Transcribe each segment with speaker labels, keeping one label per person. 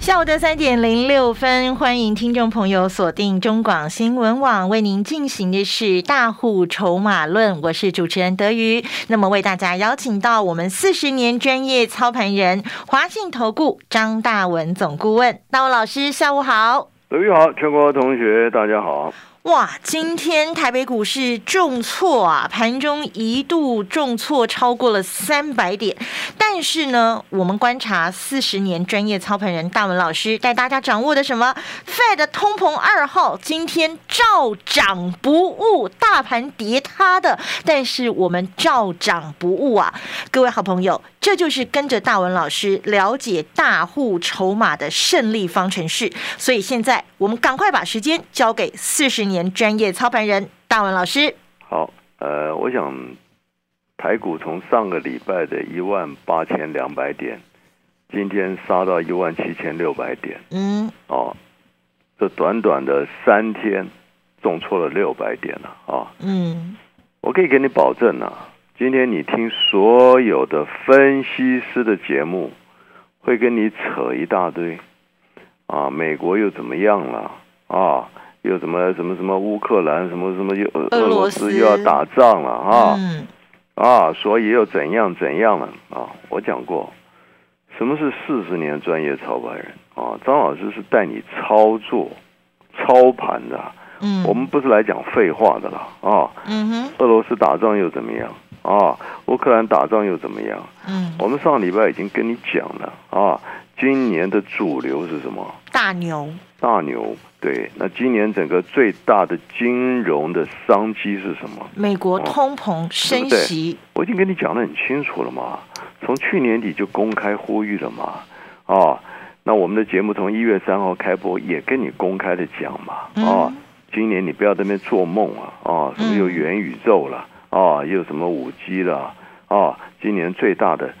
Speaker 1: 下午的三点零六分，欢迎听众朋友锁定中广新闻网，为您进行的是《大户筹码论》，我是主持人德瑜。那么为大家邀请到我们四十年专业操盘人华信投顾张大文总顾问，大文老师，下午好。
Speaker 2: 德玉好，全国同学大家好。
Speaker 1: 哇，今天台北股市重挫啊，盘中一度重挫超过了三百点。但是呢，我们观察四十年专业操盘人大文老师带大家掌握的什么 Fed 通膨二号，今天照涨不误，大盘跌塌的，但是我们照涨不误啊。各位好朋友，这就是跟着大文老师了解大户筹码的胜利方程式。所以现在我们赶快把时间交给四十年。年专业操盘人大文老师，
Speaker 2: 好，呃，我想台股从上个礼拜的一万八千两百点，今天杀到一万七千六百点，
Speaker 1: 嗯，
Speaker 2: 哦，这短短的三天重挫了六百点了啊、哦
Speaker 1: 嗯，
Speaker 2: 我可以给你保证啊，今天你听所有的分析师的节目，会跟你扯一大堆啊，美国又怎么样了啊？又什么什么什么乌克兰什么什么又
Speaker 1: 俄
Speaker 2: 俄
Speaker 1: 罗
Speaker 2: 罗
Speaker 1: 斯
Speaker 2: 斯又要打仗了啊、
Speaker 1: 嗯，
Speaker 2: 啊，所以又怎样怎样了啊？我讲过，什么是四十年专业操盘人啊？张老师是带你操作操盘的，
Speaker 1: 嗯，
Speaker 2: 我们不是来讲废话的了啊。
Speaker 1: 嗯哼，
Speaker 2: 俄罗斯打仗又怎么样啊？乌克兰打仗又怎么样？
Speaker 1: 嗯，
Speaker 2: 我们上礼拜已经跟你讲了啊，今年的主流是什么？
Speaker 1: 大牛，
Speaker 2: 大牛。对，那今年整个最大的金融的商机是什么？
Speaker 1: 美国通膨升息，
Speaker 2: 我已经跟你讲得很清楚了嘛，从去年底就公开呼吁了嘛，啊，那我们的节目从一月三号开播也跟你公开的讲嘛，啊，
Speaker 1: 嗯
Speaker 2: 今年你不要在那边做梦啊，啊，什么有元宇宙了，啊，又什么五 G 了，啊，今年最大的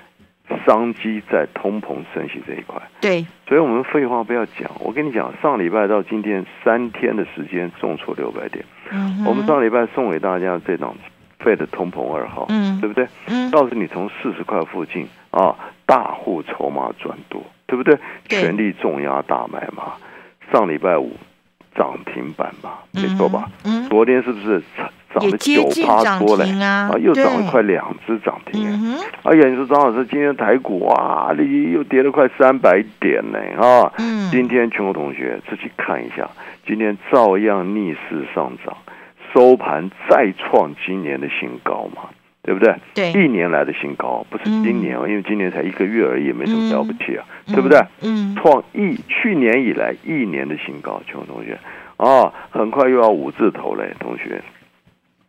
Speaker 2: 商机在通膨升息这一块，
Speaker 1: 对，
Speaker 2: 所以我们废话不要讲，我跟你讲，上礼拜到今天三天的时间重挫六百点，
Speaker 1: 嗯哼，
Speaker 2: 我们上礼拜送给大家这档费的通膨二号，
Speaker 1: 嗯
Speaker 2: 对不对？
Speaker 1: 嗯
Speaker 2: 告诉你从四十块附近啊，大户筹码转多，对不对？
Speaker 1: 对
Speaker 2: 全力重压大买嘛。上礼拜五涨停板嘛，没错吧？
Speaker 1: 嗯，
Speaker 2: 昨天是不是涨涨
Speaker 1: 也
Speaker 2: 了
Speaker 1: 接
Speaker 2: 九
Speaker 1: 近
Speaker 2: 趴
Speaker 1: 涨
Speaker 2: 多嘞？
Speaker 1: 停啊
Speaker 2: 又涨了
Speaker 1: 对
Speaker 2: 快两只涨停、哎
Speaker 1: 嗯哼，
Speaker 2: 哎呀，你说张老师今天台股啊，你又跌了快三百点呢啊！
Speaker 1: 嗯
Speaker 2: 今天全国同学自己看一下，今天照样逆势上涨，收盘再创今年的新高嘛，对不对？
Speaker 1: 对
Speaker 2: 一年来的新高，不是今年哦，因为今年才一个月而已，没什么了不起啊，对不对？
Speaker 1: 嗯，
Speaker 2: 创一去年以来一年的新高，全国同学啊，很快又要五字头嘞，同学。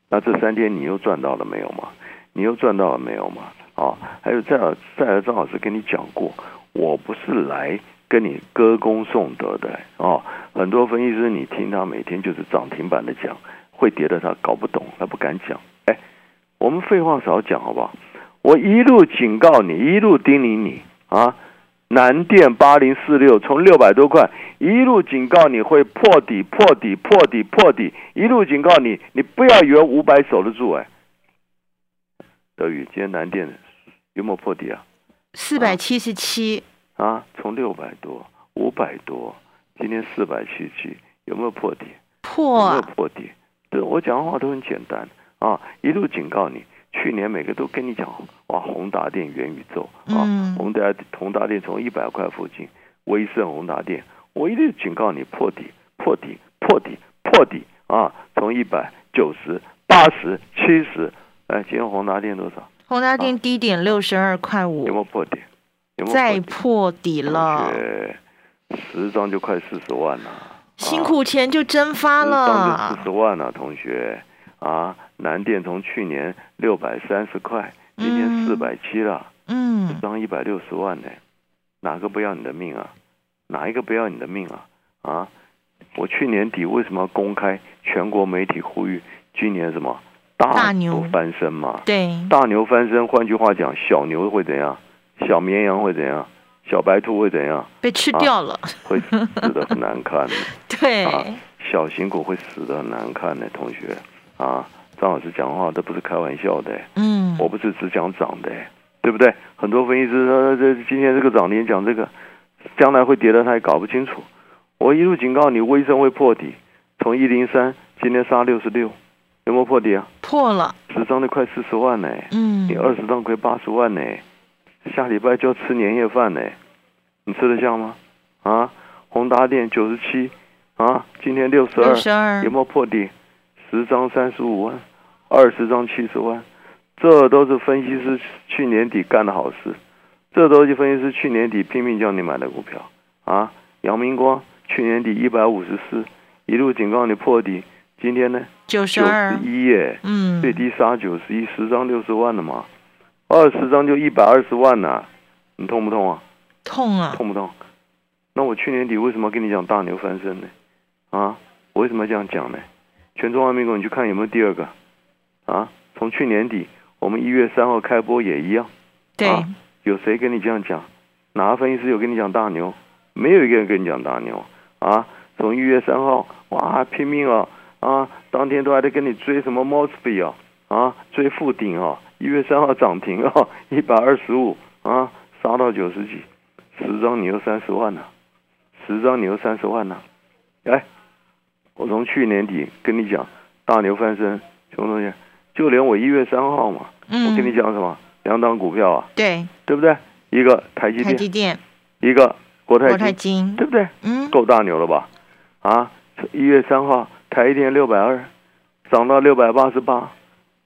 Speaker 2: 那这三天你又赚到了没有嘛？你又赚到了没有嘛？啊，还有再而再而张老师跟你讲过，我不是来跟你歌功颂德的哦、很多分析师你听他每天就是涨停板的讲，会跌的他搞不懂，他不敢讲。哎，我们废话少讲好不好？我一路警告你，一路叮咛你啊！南电八零四六从六百多块一路警告你会破底、破底、破底、破底，一路警告你，你不要以为五百守得住哎。德宇，今天南电有没有破底啊？
Speaker 1: 四百七十七，
Speaker 2: 啊，从六百多、五百多，今天四百七七，有没有破底？有没有
Speaker 1: 破，
Speaker 2: 破底？对我讲话都很简单啊，一路警告你。去年每个都跟你讲，哇，宏达电、元宇宙啊，
Speaker 1: 嗯
Speaker 2: 宏达宏达电从一百块附近，威盛宏达电，我一路警告你破底、破底、破底、破底啊，从一百九十八十七十，哎，今天宏达电多少？
Speaker 1: 宏达电低点六十二块
Speaker 2: 啊有啊没
Speaker 1: 五，
Speaker 2: 有破底？有没有
Speaker 1: 再
Speaker 2: 破底
Speaker 1: 破底了，
Speaker 2: 同学十张就快四十万了，
Speaker 1: 辛苦钱就蒸发
Speaker 2: 十张就
Speaker 1: 了，
Speaker 2: 四十万了，同学啊！南电从去年六百三十块，今
Speaker 1: 嗯
Speaker 2: 天四百七了，
Speaker 1: 嗯，
Speaker 2: 张一百六十万呢，哪个不要你的命啊？哪一个不要你的命啊？啊！我去年底为什么要公开全国媒体呼吁今年什么
Speaker 1: 大
Speaker 2: 大
Speaker 1: 牛
Speaker 2: 牛翻身嘛。
Speaker 1: 对，
Speaker 2: 大牛翻身，换句话讲，小牛会怎样？小绵羊会怎样？小白兔会怎样？
Speaker 1: 被吃掉了，
Speaker 2: 会死的很难看的。
Speaker 1: 对，
Speaker 2: 啊小型股会死的很难看的，同学啊，张老师讲话都不是开玩笑的，
Speaker 1: 嗯，
Speaker 2: 我不是只讲涨的，对不对？很多分析师说这今天这个涨，你讲这个，将来会跌的，他也搞不清楚。我一路警告你，微升会破底，从一零三今天杀六十六，有没有破底啊？
Speaker 1: 破了，
Speaker 2: 十张就快四十万呢。
Speaker 1: 嗯
Speaker 2: 你，二十张亏八十万呢，下礼拜就要吃年夜饭呢，你吃得下吗？啊，宏达电九十七，啊，今天六十
Speaker 1: 六
Speaker 2: 二，
Speaker 1: 十二
Speaker 2: 有，没有破底？十张三十五万，二十张七十万，这都是分析师去年底干的好事，这都是分析师去年底拼命叫你买的股票啊。阳明光去年底一百五十四，一路警告你破底，今天呢
Speaker 1: 九十
Speaker 2: 九
Speaker 1: 二
Speaker 2: 十，一耶。
Speaker 1: 嗯，
Speaker 2: 最低杀九十一，十张六十万的嘛，二十张就一百二十万呢、你痛不痛啊？
Speaker 1: 痛啊，
Speaker 2: 痛不痛？那我去年底为什么跟你讲大牛翻身呢？啊，我为什么要这样讲呢？全中华民国，你去看有没有第二个？啊，从去年底我们一月三号开播也一样，
Speaker 1: 对
Speaker 2: 啊，有谁跟你这样讲？哪个分析师有跟你讲大牛？没有一个人跟你讲大牛啊！从一月三号，哇，拼命啊啊！当天都还在跟你追什么 Mosby 啊啊，追附顶啊！一月三号涨停啊， 一百二十五啊，杀到九十几，十张你又三十万呢、啊十张你又三十万呢、哎，我从去年底跟你讲大牛翻身，什么东西？就连我一月三号嘛，我
Speaker 1: 嗯，
Speaker 2: 跟你讲什么？两档股票啊，
Speaker 1: 对，
Speaker 2: 对不对？一个台积
Speaker 1: 台
Speaker 2: 电，
Speaker 1: 积电、
Speaker 2: 一个国泰
Speaker 1: 国
Speaker 2: 金，
Speaker 1: 泰金
Speaker 2: 对，不对？
Speaker 1: 嗯，
Speaker 2: 够大牛了吧？啊，一月三号台积电六百二，涨到六百八十八，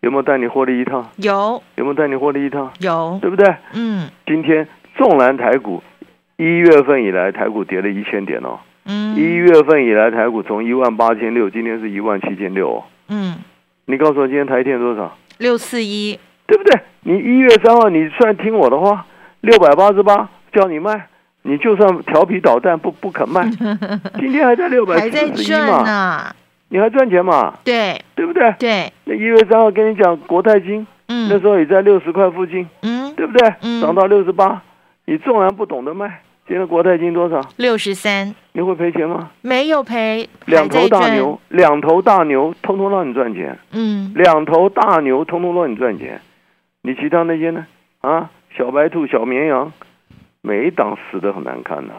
Speaker 2: 有没有带你获利一趟？
Speaker 1: 有
Speaker 2: 有没有带你获利一趟？
Speaker 1: 有，
Speaker 2: 对不对？
Speaker 1: 嗯
Speaker 2: 今天纵然台股一月份以来台股跌了一千点哦，
Speaker 1: 嗯，
Speaker 2: 一月份以来台股从一万八千六，今天是一万七千六哦。
Speaker 1: 嗯
Speaker 2: 你告诉我今天台积电多少？
Speaker 1: 六四一，
Speaker 2: 对不对？你一月三号，你算听我的话，六百八十八叫你卖，你就算调皮捣蛋不不 肯卖，今天还在六百
Speaker 1: 还在
Speaker 2: 四十一
Speaker 1: 赚
Speaker 2: 嘛，
Speaker 1: 呢，
Speaker 2: 你还赚钱嘛，
Speaker 1: 对
Speaker 2: 对不对？
Speaker 1: 对，
Speaker 2: 那一月三号跟你讲国泰金，
Speaker 1: 嗯
Speaker 2: 那时候也在六十块附近，
Speaker 1: 嗯，
Speaker 2: 对不对
Speaker 1: 嗯？
Speaker 2: 涨到六十八，你纵然不懂得卖，今天国泰金多少？
Speaker 1: 六十三
Speaker 2: 你会赔钱吗？
Speaker 1: 没有赔，还
Speaker 2: 两
Speaker 1: 在
Speaker 2: 头大
Speaker 1: 赚，
Speaker 2: 牛，两头大牛，通通让你赚钱。
Speaker 1: 嗯
Speaker 2: 两头大牛通通让你赚钱，你其他那些呢？啊，小白兔、小绵羊，每一档死的很难看呐、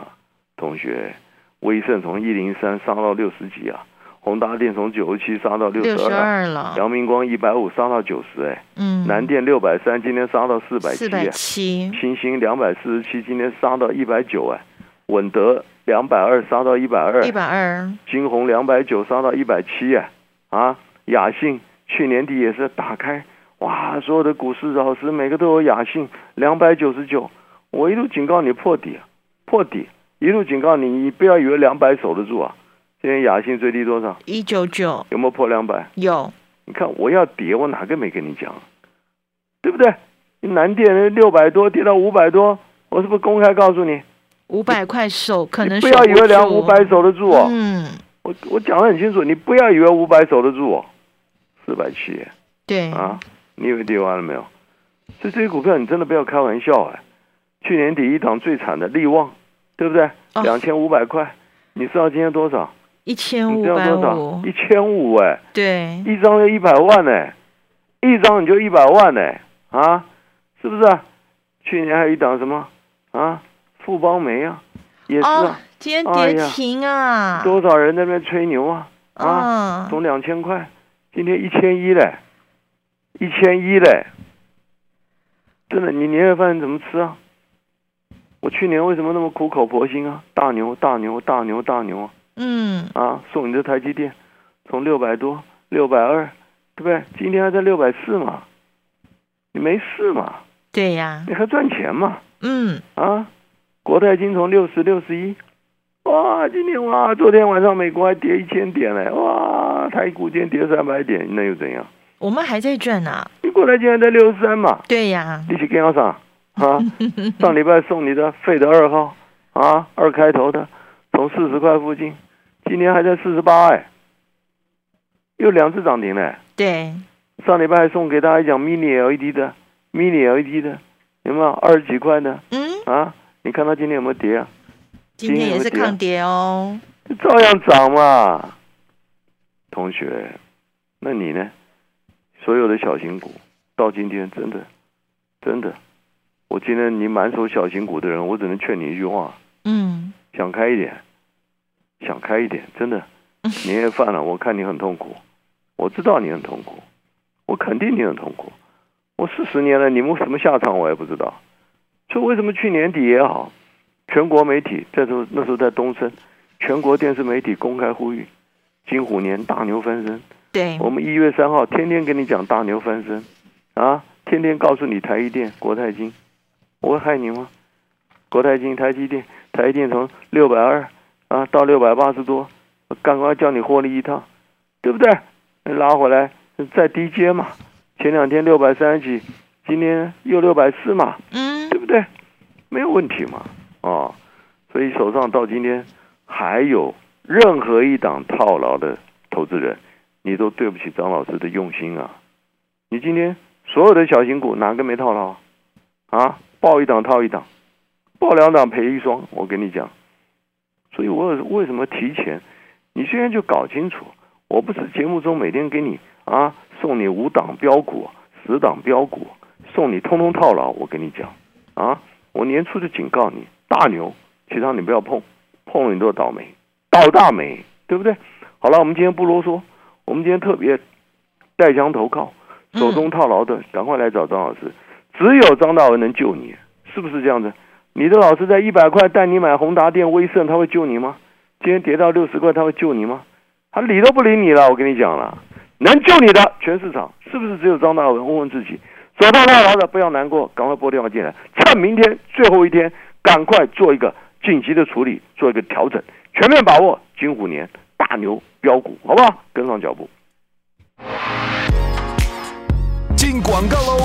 Speaker 2: 同学，威盛从一零三杀到六十几啊，宏达电从九十七杀到六
Speaker 1: 六
Speaker 2: 十
Speaker 1: 十
Speaker 2: 二，啊
Speaker 1: 二了，
Speaker 2: 阳明光一百五杀到九十，哎，
Speaker 1: 嗯，
Speaker 2: 南电六百三，今天杀到四百
Speaker 1: 四
Speaker 2: 七，
Speaker 1: 百
Speaker 2: 哎，
Speaker 1: 七，
Speaker 2: 新兴两百四十七，今天杀到一百九，哎，稳德两百二杀到一百二，
Speaker 1: 一百二，
Speaker 2: 金红两百九杀到一百七啊，啊，雅信去年底也是打开，哇，所有的股市老师每个都有雅信两百九十九，我一路警告你破底，啊破底，一路警告你，你不要以为两百守得住啊，现在雅信最低多少？
Speaker 1: 一九九
Speaker 2: 有没有破两百？
Speaker 1: 有，
Speaker 2: 你看我要跌，我哪个没跟你讲，对不对？南电六百多跌到五百多，我是不是公开告诉你？
Speaker 1: 五百块手可能
Speaker 2: 你不要以为两五百守得住哦。
Speaker 1: 嗯，
Speaker 2: 我我讲的很清楚，你不要以为五百守得住哦，四百七
Speaker 1: 对，
Speaker 2: 啊，你以为跌完了没有？所以这些股票你真的不要开玩笑哎。去年底一档最惨的利旺，对不对？
Speaker 1: 哦
Speaker 2: 两千五百块，你知道今天多少？
Speaker 1: 一千
Speaker 2: 你
Speaker 1: 五
Speaker 2: 知道
Speaker 1: 百
Speaker 2: 多
Speaker 1: 五
Speaker 2: 少？，一千五哎，
Speaker 1: 对，
Speaker 2: 一张就一百万哎，一张你就一百万哎啊，是不是、啊？去年还有一档什么啊？富邦煤啊，也是
Speaker 1: 哦
Speaker 2: 啊，，
Speaker 1: 今天
Speaker 2: 哎
Speaker 1: 跌
Speaker 2: 呀
Speaker 1: 停啊，
Speaker 2: 多少人在那边吹牛啊啊！
Speaker 1: 啊，
Speaker 2: 从两千块，今天一千一嘞，一千一嘞，真的，你年夜饭怎么吃啊？我去年为什么那么苦口婆心啊？大牛，大牛，大牛，大牛啊！
Speaker 1: 嗯，
Speaker 2: 啊，送你这台积电，从六百多，六百二，对不对？今天还在六百四嘛，你没事嘛？
Speaker 1: 对呀，
Speaker 2: 你还赚钱嘛？
Speaker 1: 嗯，
Speaker 2: 啊，国泰金从六十六十一，哇，今天哇，昨天晚上美国还跌一千点嘞，哇，台股今天跌三百点，那又怎样？
Speaker 1: 我们还在赚啊，
Speaker 2: 你国泰金还在六十三嘛，
Speaker 1: 对呀，
Speaker 2: 你去跟我上啊？上礼拜送你的费德二号啊，二开头的，从四十块附近，今天还在四十八哎，又两次涨停嘞，
Speaker 1: 对，
Speaker 2: 上礼拜还送给大家一讲 mini LED 的 mini LED 的，有没有二十几块的
Speaker 1: 嗯，
Speaker 2: 啊？你看它今天有没有跌啊？
Speaker 1: 今天也是抗跌哦。
Speaker 2: 照样涨嘛。同学，那你呢？所有的小型股到今天真的，真的，我今天你满手小型股的人，我只能劝你一句话：
Speaker 1: 嗯，
Speaker 2: 想开一点，想开一点，真的
Speaker 1: 嗯，
Speaker 2: 年夜饭了，我看你很痛苦，我知道你很痛苦，我肯定你很痛苦。我四十年了，你们什么下场我也不知道，所以为什么去年底也好，全国媒体在时候那时候在东升，全国电视媒体公开呼吁，金虎年大牛翻身。
Speaker 1: 对，
Speaker 2: 我们一月三号天天跟你讲大牛翻身，啊，天天告诉你台积电、国泰金，我会害你吗？国泰金、台积电、台积电从六百二啊到六百八十多，我赶快叫你获利一趟，对不对？拉回来再低接嘛，前两天六百三十几，今天又六百四嘛，
Speaker 1: 嗯
Speaker 2: 对，不对？没有问题嘛，啊，所以手上到今天还有任何一档套牢的投资人，你都对不起张老师的用心啊！你今天所有的小型股哪个没套牢啊？报一档套一档，报两档赔一双，我跟你讲。所以我有为什么提前？你现在就搞清楚，我不是节目中每天给你啊送你五档标股、十档标股，送你通通套牢。我跟你讲。啊，我年初就警告你，大牛，其他你不要碰，碰了你都倒霉，倒大霉，对不对？好了，我们今天不啰嗦，我们今天特别带枪投靠，手中套牢的，赶快来找张老师，只有张大文能救你，是不是这样子？你的老师在一百块带你买宏达电、威盛，他会救你吗？今天跌到六十块，他会救你吗？他理都不理你了，我跟你讲了，能救你的全市场，是不是只有张大文？问问自己，手到套牢的不要难过，赶快拨电话进来，趁明天最后一天，赶快做一个紧急的处理，做一个调整，全面把握金虎年大牛标股，好不好？跟上脚步。
Speaker 3: 进广告喽！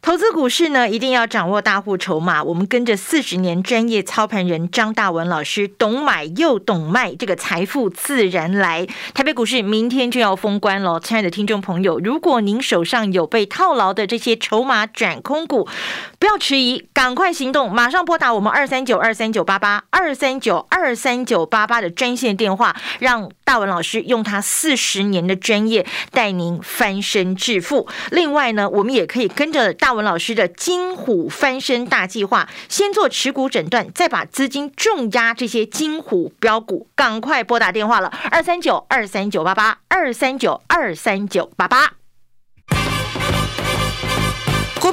Speaker 1: 投资股市呢，一定要掌握大户筹码。我们跟着四十年专业操盘人张大文老师，懂买又懂卖，这个财富自然来。台北股市明天就要封关了，亲爱的听众朋友，如果您手上有被套牢的这些筹码转空股，不要迟疑，赶快行动，马上拨打我们二三九二三九八八二三九二三九八八的专线电话，让大文老师用他四十年的专业带您翻身致富。另外呢，我们也可以跟着大文老师的金虎翻身大计划，先做持股诊断，再把资金重压这些金虎标股。赶快拨打电话了，二三九二三九八八二三九二三九八八。股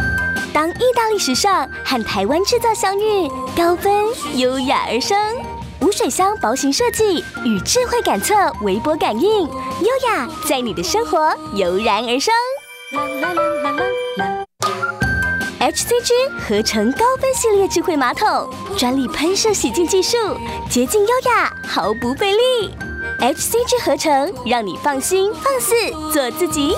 Speaker 4: 当意大利时尚和台湾制造相遇，高分优雅而生。无水箱薄型设计与智慧感测微波感应，优雅在你的生活油然而生。HCG 合成高分系列智慧马桶，专利喷射洗净技术，洁净优雅，毫不费力。HCG 合成让你放心放肆做自己。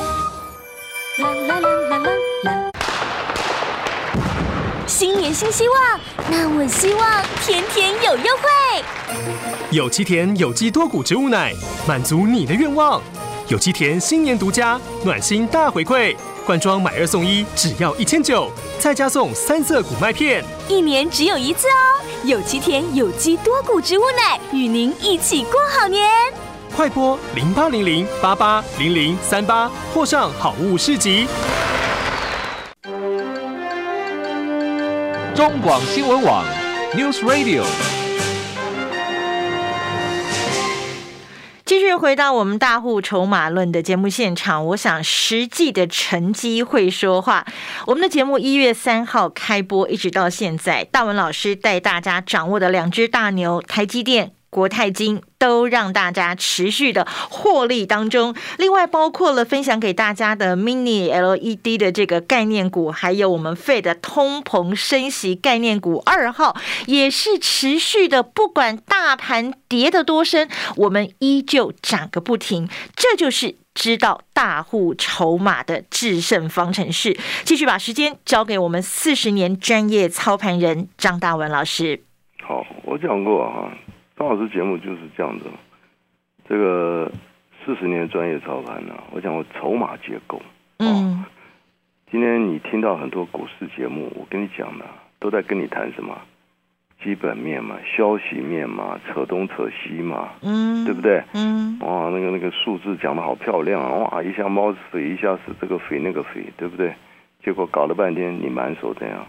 Speaker 4: 新年新希望，那我希望天天有优惠。
Speaker 3: 有机田有机多谷植物奶，满足你的愿望。有机田新年独家暖心大回馈，罐装买二送一，只要一千九，再加送三色谷麦片。
Speaker 4: 一年只有一次哦。有机田有机多谷植物奶，与您一起过好年。
Speaker 3: 快拨零八零零八八零零三八，或上好物市集。
Speaker 5: 中广新闻网，News Radio。
Speaker 1: 继续回到我们大户筹码论的节目现场，我想实际的成绩会说话。我们的节目一月三号开播，一直到现在，大文老师带大家掌握的两只大牛，台积电。国泰金都让大家持续的获利当中，另外包括了分享给大家的 Mini LED 的这个概念股，还有我们费的通膨升息概念股二号，也是持续的，不管大盘跌的多深，我们依旧涨个不停，这就是知道大户筹码的制胜方程式。继续把时间交给我们四十年专业操盘人张大文老师。
Speaker 2: 好，我讲过哈、啊。张老师节目就是这样子，这个四十年专业操盘呢、啊，我讲我筹码结构。
Speaker 1: 嗯、哦，
Speaker 2: 今天你听到很多股市节目，我跟你讲的、啊、都在跟你谈什么基本面嘛、消息面嘛、扯东扯西嘛，
Speaker 1: 嗯，
Speaker 2: 对不对？
Speaker 1: 嗯，
Speaker 2: 哇，那个那个数字讲的好漂亮，啊哇，一下猫肥，一下是这个肥那个肥，对不对？结果搞了半天，你满手怎样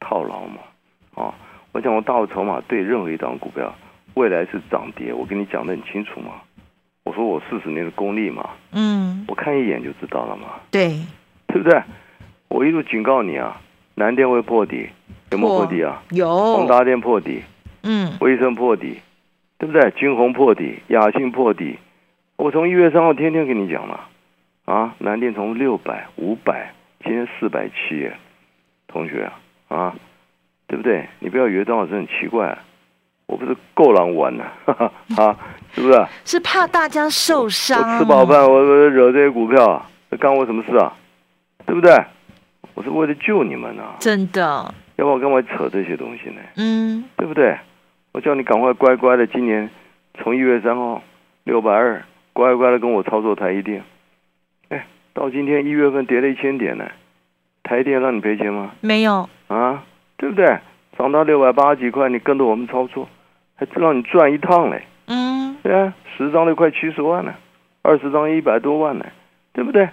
Speaker 2: 套牢嘛？啊、哦，我讲我大有筹码对任何一档股票。未来是涨跌，我跟你讲的很清楚嘛。我说我四十年的功力嘛，
Speaker 1: 嗯，
Speaker 2: 我看一眼就知道了嘛，
Speaker 1: 对，
Speaker 2: 对不对？我一路警告你啊，南电会破底，有没有破底啊？
Speaker 1: 有，
Speaker 2: 宏达电破底，
Speaker 1: 嗯，
Speaker 2: 威盛破底，对不对？金鸿破底，雅信破底，我从一月三号天天跟你讲了，啊，南电从六百、五百，今天四百七，同学啊，对不对？你不要以为张老师很奇怪、啊。我不是够狼玩的、啊，啊，是不是？
Speaker 1: 是怕大家受伤。
Speaker 2: 我吃饱饭，我我惹这些股票，这干我什么事啊？对不对？我是为了救你们呢、啊。
Speaker 1: 真的。
Speaker 2: 要不我干嘛扯这些东西呢？
Speaker 1: 嗯，
Speaker 2: 对不对？我叫你赶快乖乖的，今年从一月三号六百二，乖乖的跟我操作台一电。哎，到今天一月份跌了一千点呢，台电让你赔钱吗？
Speaker 1: 没有。
Speaker 2: 啊，对不对？涨到六百八十几块，你跟着我们操作。还让你赚一趟嘞，
Speaker 1: 嗯，
Speaker 2: 对啊，十张都快七十万呢，二十张一百多万呢，对不对？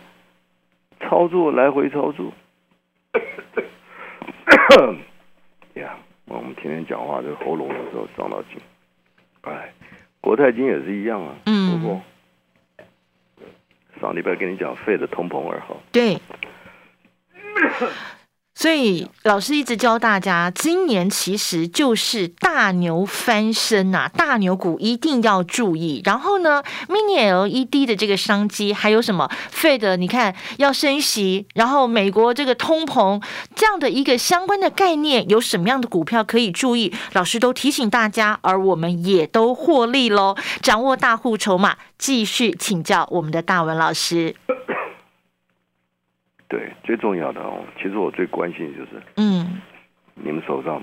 Speaker 2: 操作来回操作， 呀 yeah,，我们天天讲话，这个喉咙有时候伤到筋。哎，国泰金也是一样啊，
Speaker 1: 嗯，
Speaker 2: 不过上礼拜跟你讲废的通膨二号，
Speaker 1: 对。所以老师一直教大家，今年其实就是大牛翻身呐、啊，大牛股一定要注意。然后呢，Mini LED 的这个商机，还有什么 Fed 你看要升息，然后美国这个通膨这样的一个相关的概念，有什么样的股票可以注意？老师都提醒大家，而我们也都获利喽。哦掌握大户筹码，继续请教我们的大文老师。
Speaker 2: 对，最重要的哦，其实我最关心就是，
Speaker 1: 嗯，
Speaker 2: 你们手上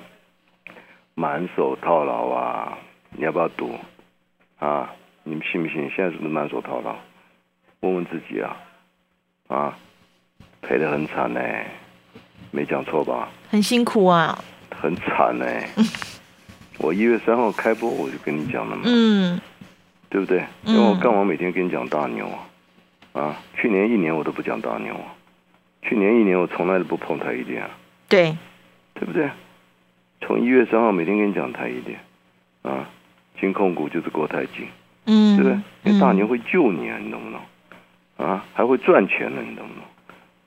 Speaker 2: 满手套牢啊，你要不要赌啊？你们信不信？现在是不是满手套牢？问问自己啊，啊，赔的很惨呢、欸，没讲错吧？
Speaker 1: 很辛苦啊，
Speaker 2: 很惨呢、欸。我一月三号开播我就跟你讲了嘛，
Speaker 1: 嗯，
Speaker 2: 对不对？因为我干嘛每天跟你讲大牛啊？啊，去年一年我都不讲大牛啊。去年一年我从来都不碰台一电啊，
Speaker 1: 对，
Speaker 2: 对不对？从一月三号每天跟你讲台一电，啊，金控股就是国泰金，
Speaker 1: 嗯，
Speaker 2: 对不对？因为大牛会救你啊，你懂不懂？啊，还会赚钱呢，你懂不懂？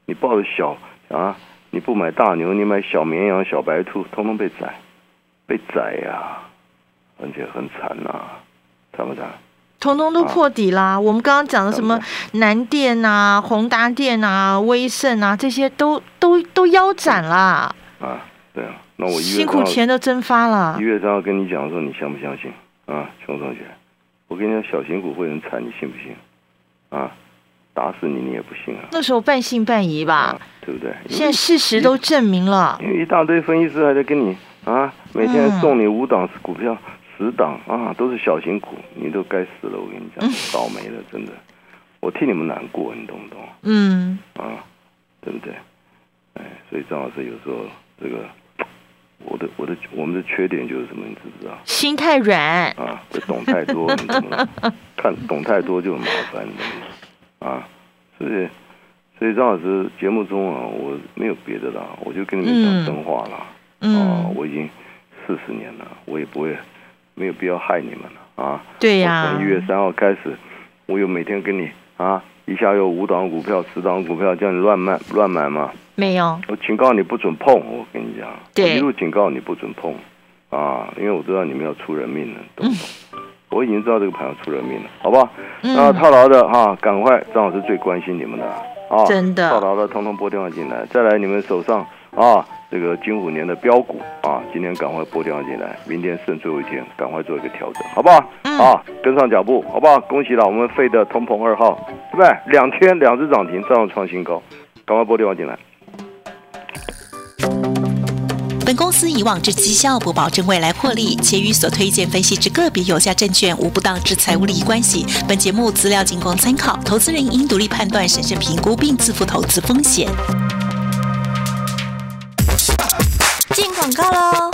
Speaker 2: 你抱着小啊，你不买大牛，你买小绵羊、小白兔，通通被宰，被宰呀、啊，而且很惨呐、啊，惨不惨？
Speaker 1: 通通都破底啦！啊、我们刚刚讲的什么南电啊、宏达电啊、威盛啊，这些都都都腰斩啦！
Speaker 2: 啊，对啊，那我
Speaker 1: 辛苦钱都蒸发了。
Speaker 2: 一月三号跟你讲的时候，你相不相信啊，熊同学？我跟你讲，小型股会很惨，你信不信？啊，打死你你也不信啊！
Speaker 1: 那时候半信半疑吧，啊、
Speaker 2: 对不对？
Speaker 1: 现在事实都证明了，
Speaker 2: 因为一大堆分析师还在跟你啊，每天送你五档股票。嗯十档啊，都是小型股，你都该死了！我跟你
Speaker 1: 嗯
Speaker 2: 讲，倒霉了，真的，我替你们难过，你懂不懂？
Speaker 1: 嗯，
Speaker 2: 啊，对不对？哎，所以张老师有时候这个，我我的我的我们的缺点就是什么，你知不知道？
Speaker 1: 心太软，
Speaker 2: 啊，会懂太多，你怎么看懂太多就很麻烦，你懂吗啊，是不是？所以张老师节目中啊，我没有别的啦，我就跟你们
Speaker 1: 嗯
Speaker 2: 讲真话啦。哦，
Speaker 1: 嗯，
Speaker 2: 我已经四十年了，我也不会没有必要害你们了啊。
Speaker 1: 对呀
Speaker 2: 从一，月三号开始，我有每天跟你啊，一下有五档股票、十档股票，叫你乱买乱买嘛。
Speaker 1: 没有，
Speaker 2: 我警告你不准碰，我跟你讲，
Speaker 1: 对
Speaker 2: 我一路警告你不准碰啊，因为我知道你们要出人命了，懂不懂？我已经知道这个盘要出人命了，好吧？
Speaker 1: 嗯
Speaker 2: 那套牢的哈、赶快，张老师最关心你们的啊，
Speaker 1: 真的
Speaker 2: 套牢的通通拨电话进来，再来你们手上啊，这个金虎年的标股啊，今天赶快拨电话进来，明天剩最后一天，赶快做一个调整，好不好？
Speaker 1: 嗯
Speaker 2: 啊，跟上脚步，好不好？恭喜了，我们费的通膨二号，对不对？两天两只涨停，照样创新高，赶快拨电话进来。
Speaker 6: 本公司以往之绩效不保证未来获利，且与所推荐分析之个别有价证券无不当之财务利益关系。本节目资料仅供参考，投资人应独立判断、审慎评估并自负投资风险。
Speaker 4: 进广告喽！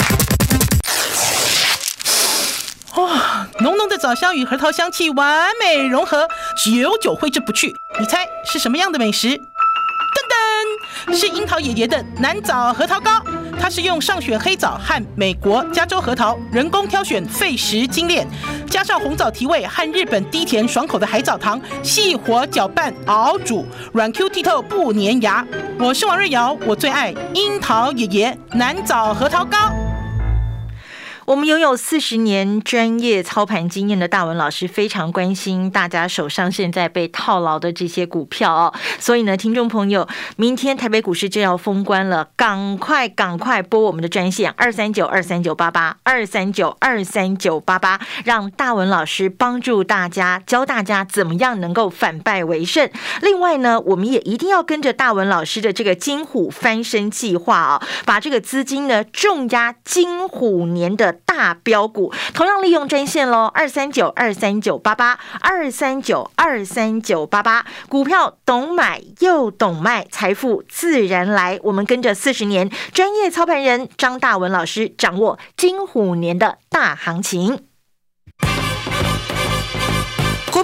Speaker 7: 浓浓的枣香与核桃香气完美融合，久久挥之不去。你猜是什么样的美食？噔噔，是樱桃爷爷的南枣核桃糕。它是用上选黑枣和美国、加州核桃人工挑选费时精炼，加上红枣提味和日本低甜爽口的海藻糖，细火搅拌熬煮，软 Q 剔透不粘牙。我是王瑞瑶，我最爱樱桃爷爷南枣核桃糕。
Speaker 1: 我们拥有四十年专业操盘经验的大文老师非常关心大家手上现在被套牢的这些股票哦，所以呢，听众朋友，明天台北股市就要封关了，赶快赶快拨我们的专线二三九二三九八八二三九二三九八八，让大文老师帮助大家教大家怎么样能够反败为胜。另外呢，我们也一定要跟着大文老师的这个金虎翻身计划啊、把这个资金呢重压金虎年的大标股，同样利用专线喽，二三九二三九八八二三九二三九八八，股票懂买又懂卖，财富自然来。我们跟着四十年专业操盘人张大文老师掌握金虎年的大行情。股